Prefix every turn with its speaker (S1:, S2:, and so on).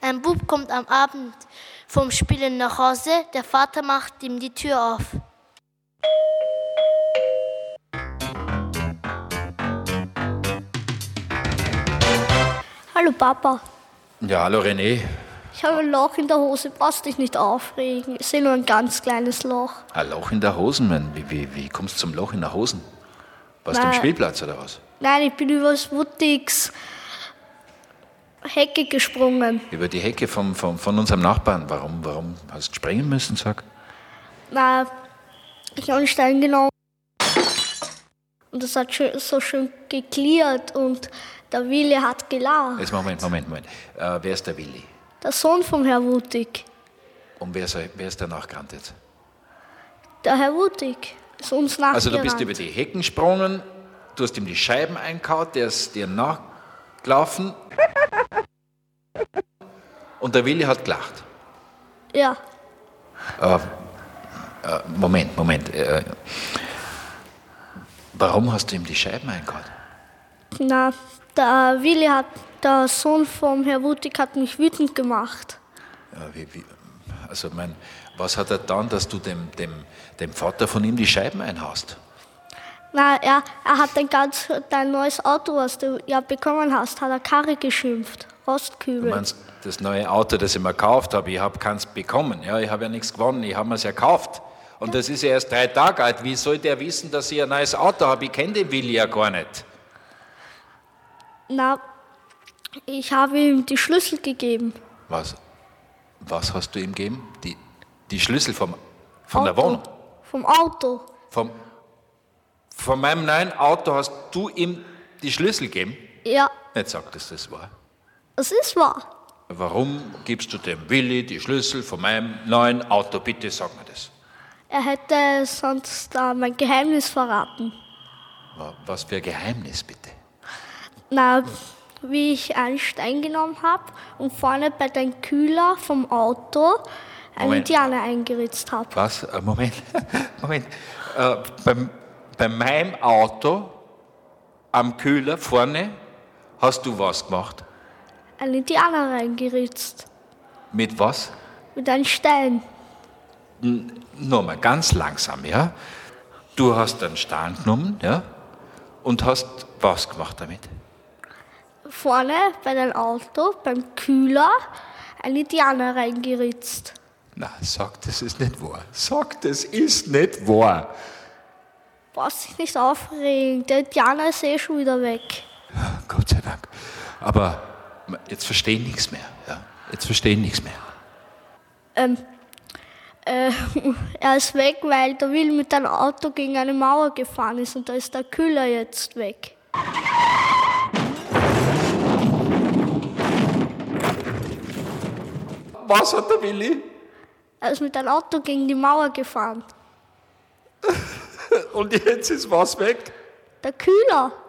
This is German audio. S1: Kind kommt am Abend vom Spielen nach Hause, der Vater macht ihm die Tür auf.
S2: Hallo Papa,
S3: Ja, hallo René.
S2: ich habe ein Loch in der Hose, brauchst dich nicht aufregen. Ich sehe nur ein ganz kleines Loch.
S3: Ein Loch in der Hosen, Mann. Wie, wie, wie kommst du zum Loch in der Hosen? Warst du am
S2: Na.
S3: Spielplatz oder was?
S2: Nein, ich bin übers Wuttigs Hecke gesprungen.
S3: Über die Hecke vom, vom, von unserem Nachbarn. Warum, warum hast du springen müssen, sag?
S2: Na, ich habe einen Stein genommen. Und das hat schön, so schön geklärt und der Wille hat gelacht.
S3: Jetzt Moment, Moment, Moment. Äh, wer ist der Willi?
S2: Der Sohn vom Herr Wuttig.
S3: Und wer ist, er- wer ist der Nachkant jetzt?
S2: Der Herr Wuttig ist uns nachgerannt.
S3: Also du bist über die Hecken gesprungen, du hast ihm die Scheiben einkaut, der ist dir nachgelaufen. Und der Willi hat gelacht.
S2: Ja,
S3: Äh, Moment, Moment. Äh, warum hast du ihm die Scheiben einkaut?
S2: na, der Wille hat, der Sohn vom Herr Wuttig hat mich wütend gemacht.
S3: Ja, Äh, wie, wie, also mein, was hat er dann, dass du dem, dem, dem Vater von ihm die Scheiben einhaust?
S2: Na, er, er hat dein ganz dein neues Auto, was du ja bekommen hast, hat er Karre geschimpft.
S3: Du
S2: Rostkübel.
S3: meinst, das neue Auto, das ich mir gekauft habe, ich habe keins bekommen. Ja, ich habe ja nichts gewonnen, ich habe mir's ja gekauft. Und das ist ja erst drei Tage alt. Wie soll der wissen, dass ich ein neues Auto habe? Ich kenne den Willi ja gar nicht.
S2: Na, ich habe ihm die Schlüssel gegeben.
S3: Was, was hast du ihm gegeben? Die, die Schlüssel vom, von der
S2: Auto.
S3: Wohnung?
S2: Vom Auto.
S3: Vom, von meinem neuen Auto hast du ihm die Schlüssel gegeben?
S2: Ja,
S3: Nicht sagt, dass das war.
S2: es ist wahr.
S3: Warum gibst du dem Willi die Schlüssel von meinem neuen Auto? Bitte sag mir das.
S2: Er hätte sonst da mein Geheimnis verraten.
S3: Wa- Was für ein Geheimnis, bitte?
S2: Na, wie ich einen Stein genommen habe und vorne bei deinem Kühler vom Auto einen
S3: Moment.
S2: Indianer eingeritzt habe.
S3: Was? Äh, Moment, Moment. Äh, beim, bei meinem Auto am Kühler vorne hast du was gemacht?
S2: Einen Indianer reingeritzt.
S3: Mit was?
S2: Mit einem Stein.
S3: Nur mal ganz langsam, ja? Du hast einen Stein genommen, ja? Und hast was gemacht damit?
S2: vorne bei deinem Auto, beim Kühler, ein Indianer reingeritzt.
S3: Na, sag, das ist nicht wahr. Sag, das ist nicht wahr.
S2: Brauchst dich nicht aufregen, der Indianer ist eh schon wieder weg.
S3: Gott sei Dank. Aber jetzt verstehe ich nichts mehr. Ja? Jetzt verstehe ich nichts mehr.
S2: Er ist weg, weil der Will mit deinem Auto gegen eine Mauer gefahren ist und da ist der Kühler jetzt weg.
S3: Was hat der Willi?
S2: Er ist mit deinem Auto gegen die Mauer gefahren.
S3: Und jetzt ist was weg?
S2: Der Kühler,